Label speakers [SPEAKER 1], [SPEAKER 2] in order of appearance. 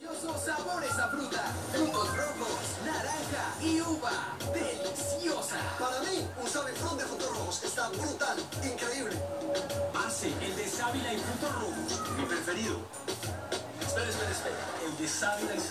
[SPEAKER 1] nuevos sabores a fruta. Frutos rojos, naranja y uva. Deliciosa.
[SPEAKER 2] Para mí, un sabifrón de frutos rojos está brutal, increíble.
[SPEAKER 3] Parce, el de sábila y frutos rojos. Mi preferido.
[SPEAKER 4] Espera, espera, espera. El de sábila y sábila.